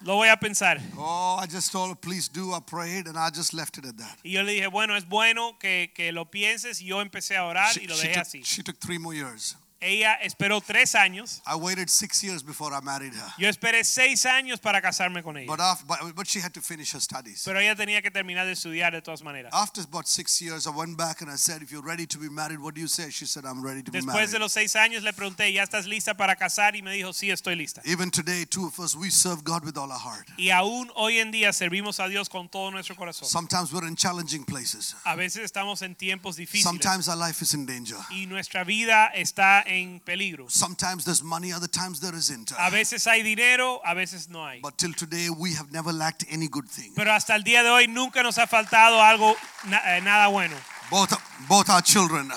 lo voy a pensar.
Oh, I just told her, please do. I prayed and I just left it at that.
Y yo le dije, bueno, es bueno que, que lo pienses. Y yo empecé a orar y lo dejé
took,
Ah, así.
she took three more years.
Ella esperó tres años.
I waited six years before I married her.
Yo esperé seis años para casarme con ella.
But, after, but, but she had to finish her studies.
Pero ella tenía que terminar de estudiar de todas maneras.
After about six years, I went back and I said, if you're ready to be married, what do you say? She said, I'm ready to be
Después
married.
de los seis años le pregunté, ¿ya estás lista para casar? Y me dijo, sí, estoy lista.
Even today, two of us, we serve God with all our heart.
Y aún hoy en día servimos a Dios con todo nuestro corazón.
Sometimes we're in challenging places.
A veces estamos en tiempos difíciles
Sometimes our life is in danger.
y nuestra vida está en peligro.
Sometimes there's money, other times there isn't.
A veces hay dinero, a veces no hay.
But till today, we have never lacked any good thing.
Pero hasta el día de hoy nunca nos ha faltado algo, na- eh, nada bueno.
Both, both our children.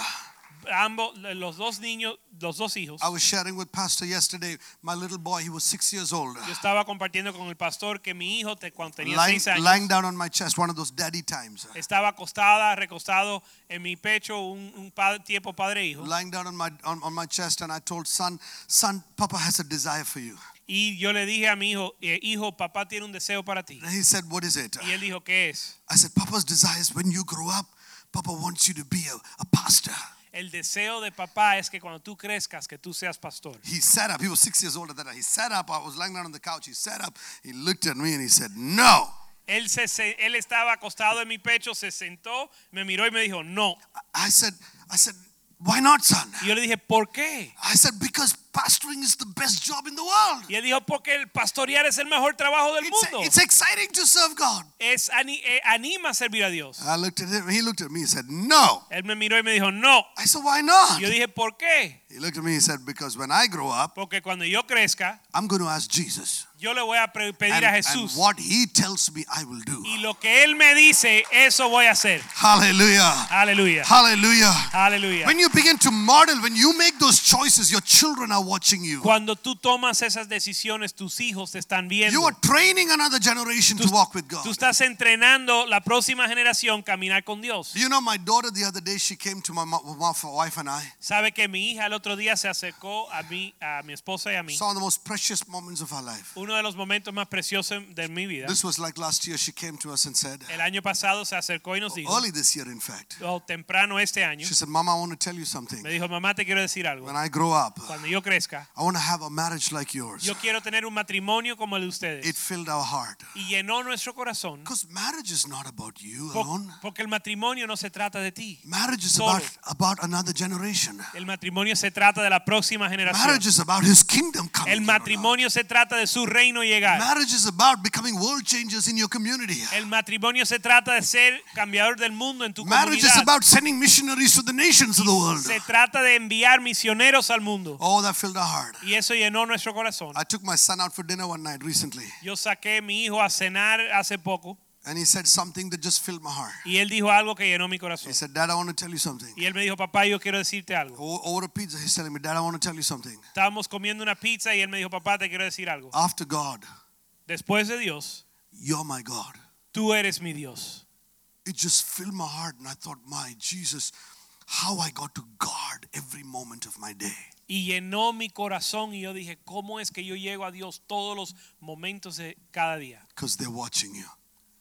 Ambos, los dos niños, los dos hijos.
I was sharing with Pastor yesterday. My little boy, he was six years old,
Yo estaba compartiendo con el pastor que mi hijo, te- cuando tenía
lying,
seis años,
lying down on my chest, one of those daddy times.
Estaba acostada, recostado en mi pecho un, un pa- tiempo padre e hijo.
Lying down on my on, on my chest, and I told son, son, Papa has a desire for you.
Y yo le dije a mi hijo, eh, hijo, papá tiene un deseo para ti.
And he said, What is it?
Y él dijo, ¿qué es?
I said, Papa's desire is when you grow up, Papa wants you to be a, a pastor.
El deseo de papá es que cuando tú crezcas, que tú seas pastor.
He sat up. He was six years old at that time. He sat up. I was lying down on the couch. He sat up. He looked at me and he said, No.
Él, se- se- él estaba acostado en mi pecho, se sentó, me miró y me dijo, no.
I said, I said, Why not, son?
Y yo le dije, ¿por qué?
I said, Because pastoring is the best job in the world.
Y él dijo, porque el pastorear es el mejor trabajo del
It's,
mundo.
it's exciting to serve God.
es, ani- eh, anima a servir a Dios.
I looked at him. He looked at me. He said, "No."
Él me miró y me dijo, no.
I said, "Why not?"
Yo dije, ¿por qué?
He looked at me. He said, "Because when I grow up,
Porque cuando yo crezca,
I'm going to ask Jesus,
Yo le voy a pre- pedir
and,
a
and
Jesús
what He tells me, I will do."
y lo que él me dice, eso voy a hacer.
Hallelujah!
Aleluya.
Hallelujah!
Aleluya.
When you begin to model, when you make those choices, your children are watching you.
Cuando tú tomas esas decisiones, tus hijos te están viendo.
You are training another generation to walk with God.
Tú estás entrenando la próxima generación a caminar con Dios.
You know, my daughter the other day, she came to my, mo- my wife and I.
Sabe que mi hija el otro día se acercó a mí, a mi esposa y a mí.
Some of the most precious moments of our life.
Uno de los momentos más preciosos de mi vida.
This was like last year. She came to us and said,
El año pasado se acercó y nos dijo,
early this year, in fact.
o temprano este año,
She said, "Mama, I want to tell you something."
me dijo, mamá, te quiero decir algo.
When I grow up,
Cuando yo crezca.
I want to have a marriage like yours.
Yo quiero tener un matrimonio como el de
It
ustedes.
filled our heart.
Y llenó nuestro corazón.
Because marriage is not about you
po-
alone.
Porque el matrimonio no se trata de ti.
Marriage is
Solo.
about, about another generation.
El matrimonio se trata de la próxima generación.
Marriage is about his kingdom coming.
El
here on earth.
matrimonio se trata de su reino llegar.
Marriage is about becoming world changers in your community.
El matrimonio se trata de ser cambiador del mundo en tu
Marriage is
comunidad.
about sending missionaries to the nations of the world.
Se trata de enviar misioneros al mundo.
Oh, that filled our heart.
Y eso llenó nuestro corazón.
I took my son out for dinner one night recently,
Yo saqué a mi hijo a cenar hace poco
and he said something that just filled my heart.
y él dijo algo que llenó mi corazón.
He said, Dad, I want to tell you something.
Y él me dijo, papá, yo quiero decirte algo.
O- Over a pizza, he's telling me, Dad, I want to tell you something.
Estábamos comiendo una pizza y él me dijo, papá, te quiero decir algo.
After God,
Después de Dios,
you're my God.
tú eres mi Dios.
It just filled my heart, and I thought, my Jesus, how I got to guard every moment of my day.
Y llenó mi corazón y yo dije, ¿cómo es que yo llego a Dios todos los momentos de cada día?
Because they're watching you.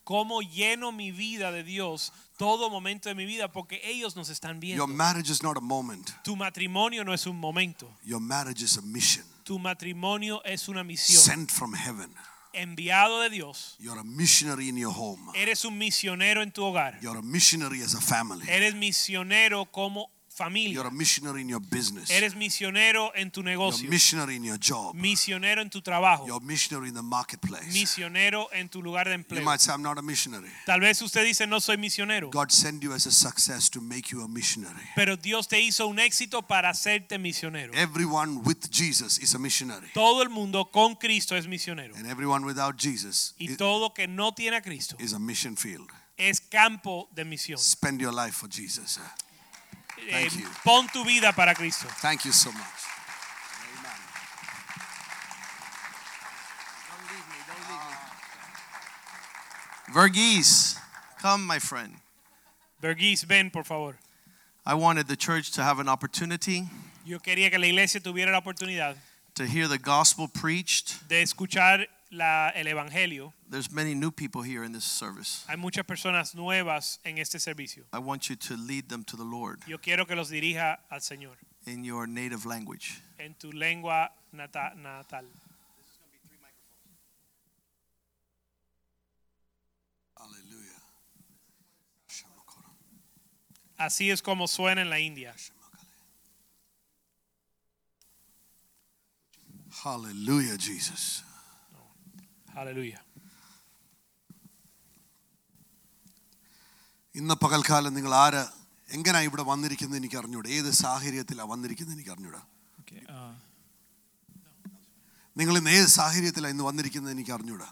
¿Cómo lleno mi vida de Dios todo momento de mi vida? Porque ellos nos están
Your
viendo.
marriage is not a moment,
Tu matrimonio no es un momento.
your marriage is a mission
Tu matrimonio es una misión.
sent from heaven.
Enviado de Dios.
You're a missionary in your home,
Eres un misionero en tu hogar.
you're a missionary as a family,
Eres misionero como
you're
familia.
a missionary in your business,
Eres misionero en tu
you're
negocio.
a missionary in your job,
Misionero en tu trabajo.
you're a missionary in the marketplace.
Misionero en tu lugar de
You
empleo.
might say, I'm not a missionary.
Tal vez usted dice, no soy misionero.
God sent you as a success to make you a missionary.
Pero Dios te hizo un éxito para hacerte misionero.
Em, Everyone with Jesus is a missionary,
Todo el mundo con Cristo es misionero.
and everyone without Jesus
Y
i-
todo que no tiene a Cristo
is a mission field.
es campo de misión.
Spend your life for Jesus.
Eh,
you.
pon tu vida para Cristo.
Thank you so much. Amen.
Verghese, come, my friend.
Bergis, ven por favor.
I wanted the church to have an opportunity
Yo quería que la iglesia tuviera la oportunidad
to hear the gospel preached.
de escuchar la- el Evangelio.
There's many new people here in this service.
Hay muchas personas nuevas en este servicio.
I want you to lead them to the Lord
Yo quiero que los dirija al Señor
in your native language.
en tu lengua nata- natal.
Hallelujah. Shamakora,
Así es como suena en la India.
shamakale. Hallelujah, Jesus.
Aleluya.
ഇന്ന് പകൽക്കാലം നിങ്ങൾ ആര് എങ്ങനാ ഇവിടെ വന്നിരിക്കുന്നത് എനിക്ക് അറിഞ്ഞൂടാ ഏത് സാഹചര്യത്തിലാണ് വന്നിരിക്കുന്നത് എനിക്ക് അറിഞ്ഞൂടാ
uh,
നിങ്ങൾ ഇന്ന് ഏത് സാഹചര്യത്തിലാണ് ഇന്ന് വന്നിരിക്കുന്നത് എനിക്ക് അറിഞ്ഞൂടാ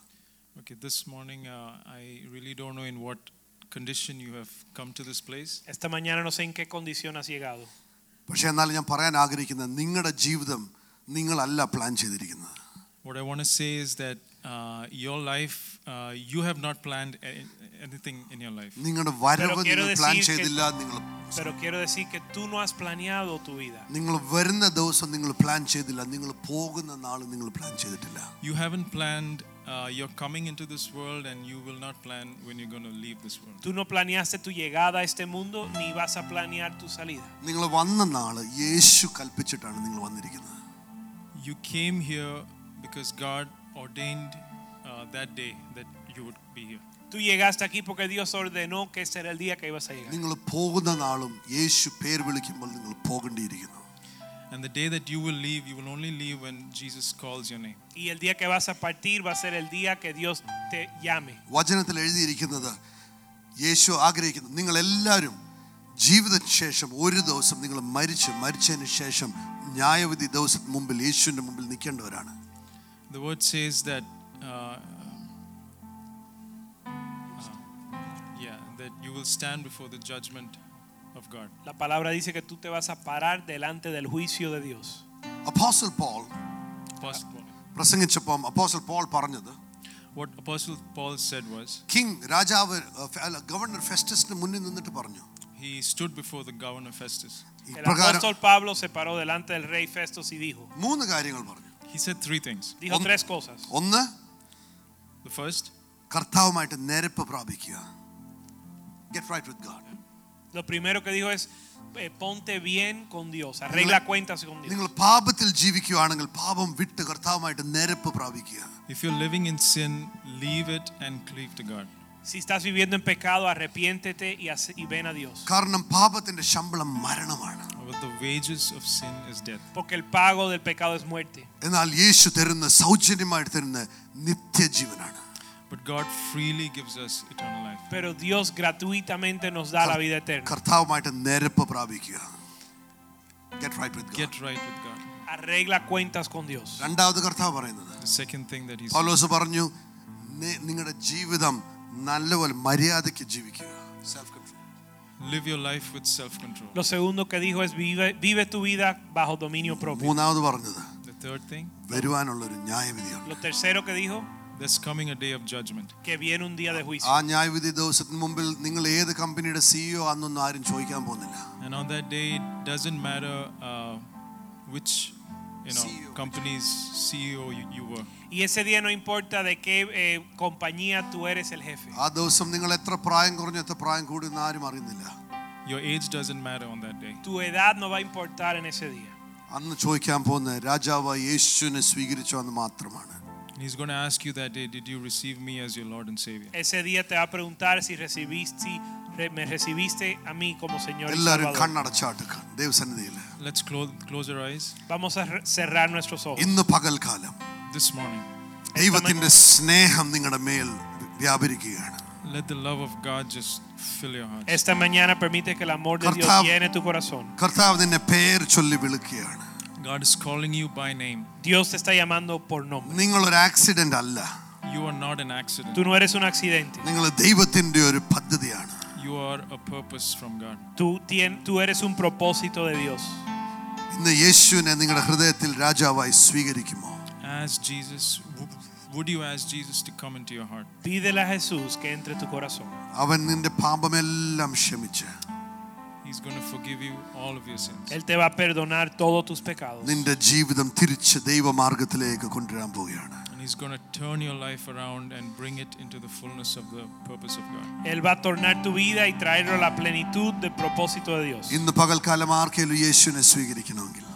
Okay, this morning uh, I really don't know in what condition you have come to this place,
Esta mañana no sé en qué condición has llegado,
പക്ഷേ എന്നാലും ഞാൻ പറയാൻ ആഗ്രഹിക്കുന്നത് നിങ്ങളുടെ ജീവിതം നിങ്ങളല്ല പ്ലാൻ ചെയ്തിരിക്കുന്നത്
what I want to say is that uh, your life, uh, you have not planned a- anything in your life.
നിങ്ങളുടെ വരവ്
Pero quiero
നിങ്ങൾ പ്ലാൻ
decir que-
ചെയ്തില്ല നിങ്ങൾ
pero quiero decir que tú no has planeado tu vida.
നിങ്ങൾ വരുന്ന ദിവസം നിങ്ങൾ പ്ലാൻ ചെയ്തില്ല നിങ്ങൾ പോകുന്ന നാൾ നിങ്ങൾ പ്ലാൻ ചെയ്തിട്ടില്ല
You haven't planned uh, your coming into this world, and you will not plan when you're going to leave this world.
Tú no planeaste tu llegada a este mundo ni vas a planear tu salida.
നിങ്ങൾ വന്ന നാള് യേശു കൽപ്പിച്ചിട്ടാണ് നിങ്ങൾ വന്നിരിക്കുന്നത്
You came here because God ordained uh, that day that you would be here.
Tú llegaste aquí porque Dios ordenó que este era el día que ibas a llegar.
നിങ്ങൾ പോകുന്ന നാളും യേശു പേര് വിളിക്കുമ്പോൾ നിങ്ങൾ പോകേണ്ടിയിരിക്കുന്നു
And the day that you will leave, you will only leave when Jesus calls your name.
Y el día que vas a partir va a ser el día que Dios te llame.
വചനത്തിൽ എഴുതിയിരിക്കുന്നത് യേശു ആഗ്രഹിക്കുന്നു നിങ്ങൾ എല്ലാവരും ജീവിതത്തിന് ശേഷം ഒരു ദിവസം നിങ്ങൾ മരിച്ച് മരിച്ചതിന് ശേഷം ന്യായവിധി ദിവസത്തിന് മുമ്പിൽ യേശുവിൻ്റെ മുമ്പിൽ നിൽക്കേണ്ടവരാണ്
The word says that, uh, uh, yeah, that you will stand before the judgment of God.
La palabra dice que tú te vas a parar delante del juicio de Dios.
അപ്പോസ്റ്റൽ പോൾ
Apostle Paul.
പ്രസംഗിച്ചപ്പം അപ്പോസ്റ്റൽ പോൾ പറഞ്ഞത്
What Apostle Paul said was,
കിങ് രാജാവ് അഹ്, അല്ല, ഗവർണർ ഫെസ്റ്റസിന് മുന്നിൽ നിന്നിട്ട് പറഞ്ഞു
he stood before the governor Festus.
El
ഇപ്രകാരം
apóstol Pablo se paró delante del rey Festos y dijo,
മൂന്ന് കാര്യങ്ങൾ പറഞ്ഞു
He said three things.
dijo
Om-
tres cosas.
ഒന്ന്
The first,
കർത്താവുമായിട്ട് നേരപ്പ് പ്രാപിക്കുക ഗെറ്റ് റൈറ്റ് വിത്ത് ഗാഡ്
Lo primero que dijo es, eh, ponte bien con Dios, arregla cuentas con Dios.
നിങ്ങൾ പാപത്തിൽ ജീവിക്കുകയാണെങ്കിൽ പാപം വിട്ട് കർത്താവുമായിട്ട് നിരപ്പ് പ്രാപിക്കുക
If you're living in sin, leave it and cleave to God.
Si estás viviendo en pecado, arrepiéntete y, hace- y ven a Dios.
കാരണം പാപത്തിന്റെ ശമ്പളം മരണമാണ്
But the wages of sin is death.
Porque el pago del pecado es muerte.
എന്നാൽ യേശു തരുന്ന സൗജന്യമായിട്ട് തരുന്ന നിത്യജീവനാണ്
But God freely gives us eternal life.
Pero Dios gratuitamente nos da la vida eterna.
കർത്താവുമായിട്ട് നിരപ്പ് പ്രാപിക്കുക Get right with God.
Get right with God.
Arregla cuentas con Dios.
രണ്ടാമത് കർത്താവ് പറയുന്നത്
The second thing that He's
പൗലോസ് പറഞ്ഞു "നി- നിങ്ങളുടെ ജീവിതം നല്ലപോലെ മര്യാദയ്ക്ക് ജീവിക്കുക സെൽഫ് കൺട്രോൾ
live your life with self-control.
Lo segundo que dijo es vive, vive tu vida bajo dominio propio.
മൂന്നാമത് പറഞ്ഞത്
The third thing,
വരുവാനുള്ള ഒരു ന്യായവിധിയാണ്
Lo tercero que dijo,
there's coming a day of judgment.
que viene un día de
ആ
juicio.
ന്യായവിധി ദിവസത്തിന് മുമ്പിൽ നിങ്ങൾ ഏത് കമ്പനിയുടെ സിഇഒ ആണെന്നൊന്നും ആരും ചോദിക്കാൻ പോകുന്നില്ല
And on that day, it doesn't matter uh, which you know
CEO.
company's CEO you, you were.
Y ese día no importa de qué eh, compañía tú eres el jefe.
ആ ദിവസം നിങ്ങൾ എത്ര പ്രായം കുറഞ്ഞു എത്ര പ്രായം കൂടുന്ന ആരും അറിയുന്നില്ല
Your age doesn't matter on that day.
Tu edad no va a importar en ese día.
അന്ന് ചോദിക്കാൻ പോകുന്ന രാജാവ് യേശുവിനെ സ്വീകരിച്ചു എന്ന് മാത്രമാണ്
And He's going to ask you that day, did you receive me as your Lord and Savior?
Ese día te va a preguntar si recibiste, si re- me recibiste a mí como Señor. y
എല്ലാവരും
Salvador.
കണ്ണടച്ചാട്ട് ദൈവസന്നിധിയിൽ
Let's close, close our eyes
Vamos a re- cerrar nuestros ojos.
ഇന്ന് പകൽക്കാലം
this morning.
ദൈവത്തിന്റെ സ്നേഹം നിങ്ങളുടെ മേൽ വ്യാപരിക്കുകയാണ്
Let the love of God just fill your heart.
Esta mañana permite que el amor de Dios
Cortamos.
llene tu corazón.
കർത്താവ് നിന്നെ പേര് ചൊല്ലി വിളിക്കുകയാണ്
God is calling you by name.
Dios te está llamando por nombre.
നിങ്ങളൊരു ആക്സിഡന്റ് അല്ല
You are not an accident.
Tú no eres un accidente.
നിങ്ങൾ ദൈവത്തിന്റെ ഒരു പദ്ധതിയാണ്
You are a purpose from God.
Tú, tien- tú eres un propósito de Dios.
ഇന്ന് യേശുവിനെ നിങ്ങളുടെ ഹൃദയത്തിൽ രാജാവായി സ്വീകരിക്കുമോ
Ask Jesus, w- would you ask Jesus to come into your heart?
Pídele a Jesús que entre tu corazón.
അവൻ നിന്റെ പാപമെല്ലാം ക്ഷമിച്ച്
He's going to forgive you all of your sins.
Él te va a perdonar todos tus pecados.
നിന്റെ ജീവിതം തിരിച്ച് ദൈവമാർഗത്തിലേക്ക് കൊണ്ടുവരാൻ പോവുകയാണ്
And He's going to turn your life around and bring it into the fullness of the purpose of God.
Él va a tornar tu vida y traerlo a la plenitud del propósito de Dios.
ഇന്ന് പകൽക്കാലം ആർക്കെങ്കിലും യേശുവിനെ സ്വീകരിക്കണമെങ്കിൽ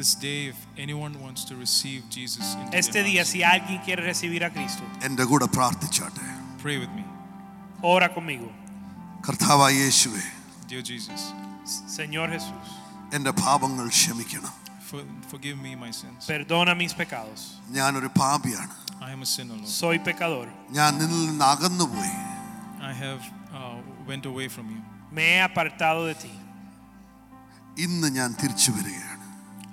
This day, if anyone wants to receive Jesus into
Este
their
día,
hearts,
si alguien quiere recibir a Cristo,
എൻ്റെ കൂടെ പ്രാർത്ഥിച്ചാട്ടെ
pray with me.
ora conmigo.
കർത്താവായ യേശുവെ
Dear Jesus,
Señor Jesús,
എൻ്റെ പാപങ്ങൾ ക്ഷമിക്കണം
for, forgive me my sins.
perdona mis pecados.
ഞാനൊരു പാപിയാണ്
I am a sinner, Lord.
Soy pecador.
ഞാൻ നിന്നിൽ നിന്ന് അകന്നുപോയി
I have uh, went away from you.
Me he apartado de ti.
ഇന്ന് ഞാൻ തിരിച്ചു വരികയാണ്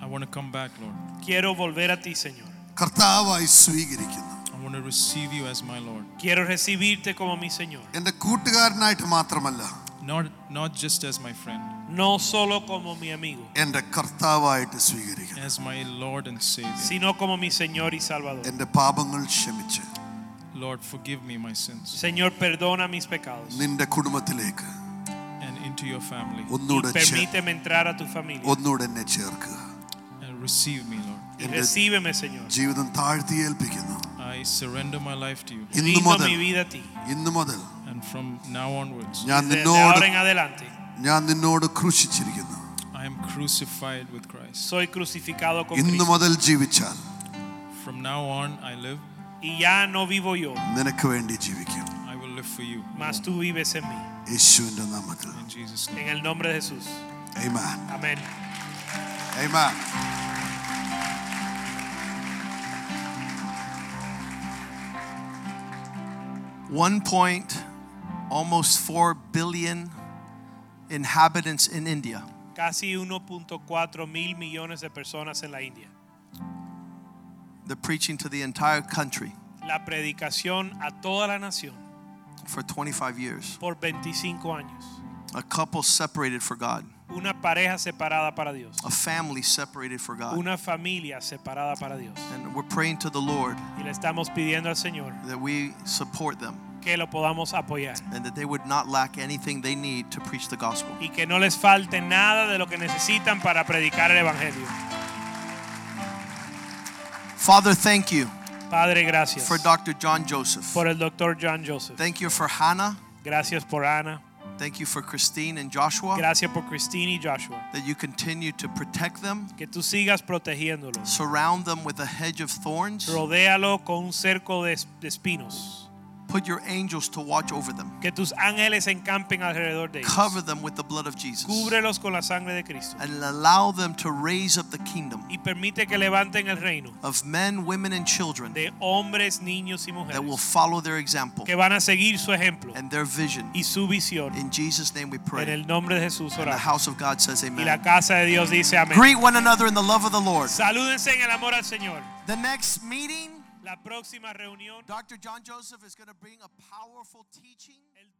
I want to come back, Lord.
Quiero volver a ti, Señor.
കർത്താവായി സ്വീകരിക്കുന്നു
I want to receive you as my Lord.
Quiero recibirte como mi Señor.
എൻ്റെ കൂട്ടുകാരനായിട്ട് മാത്രമല്ല
Not, not just as my friend,
No solo como mi amigo,
എൻ്റെ കർത്താവായിട്ട് സ്വീകരിക്കുന്നു
as my Lord and Savior.
sino como mi Señor y Salvador.
എൻ്റെ പാപങ്ങൾ ക്ഷമിച്ച്
Lord, forgive me my sins
Señor, perdona mis pecados.
നിന്റെ കുടുംബത്തിലേക്ക്
and into your family
ഒന്നുകൂടെ
Y
ചേ-
permíteme entrar a tu familia.
ഒന്നുകൂടെ എന്നെ ചേർക്കുക
and receive me, Lord.
Y
എൻ്റെ
recíbeme, Señor.
ജീവിതം താഴ്ത്തി ഏൽപ്പിക്കുന്നു
I surrender my life to you
ഇന്നു
Rindo
മുതൽ
mi vida a ti.
ഇന്നു മുതൽ
and from now onwards
ഞാൻ
Desde
നിന്നോട്
ahora en adelante,
ഞാൻ നിന്നോട് ക്രൂശിച്ചിരിക്കുന്നു
I am crucified with Christ.
soy crucificado con
ഇന്നു
Cristo.
മുതൽ ജീവിച്ചാൽ
From now on I live,
Y ya no vivo yo,
നിനക്ക് വേണ്ടി ജീവിക്കും
I will live for you.
mas tú vives en mí.
യേശുവിന്റെ നാമത്തിൽ
In Jesus' name.
En el nombre de Jesús.
Amen.
Amén.
Amen.
One point, almost four billion inhabitants in India.
Casi 1.4 mil millones de personas en la India.
They're preaching to the entire country
La predicación a toda la nación
for 25 years.
por 25 años.
A couple separated for God,
Una pareja separada para Dios.
a family separated for God.
Una familia separada para Dios.
And we're praying to the Lord
Y le estamos pidiendo al Señor
that we support them
que lo podamos apoyar
and that they would not lack anything they need to preach the gospel.
y que no les falte nada de lo que necesitan para predicar el Evangelio.
Father, thank you
Padre, gracias
for Dr. John Joseph.
por el doctor John Joseph.
Thank you for Hannah.
Gracias por Ana.
Thank you for Christine and Joshua
Gracias por Christine y Joshua.
that you continue to protect them,
Que tú sigas protegiéndolos.
surround them with a hedge of thorns,
Rodéalo con un cerco de, es- de espinos.
put your angels to watch over them,
Que tus ángeles encampen alrededor de
cover
ellos.
them with the blood of Jesus,
Cúbrelos con la sangre de Cristo.
and allow them to raise up the kingdom
Y permite que levanten el reino
of men, women, and children
de hombres, niños y
that will
mujeres.
follow their example
Que van a seguir su ejemplo
and their vision.
y su visión.
In Jesus' name we
En
pray.
el nombre de Jesús
And the
oramos.
house of God says,
Y la
Amen.
casa de Dios dice amén.
Greet one another in the love of the Lord.
Salúdense en el amor al Señor.
The next meeting,
La próxima reunión.
Dr. John Joseph is going to bring a powerful teaching.
el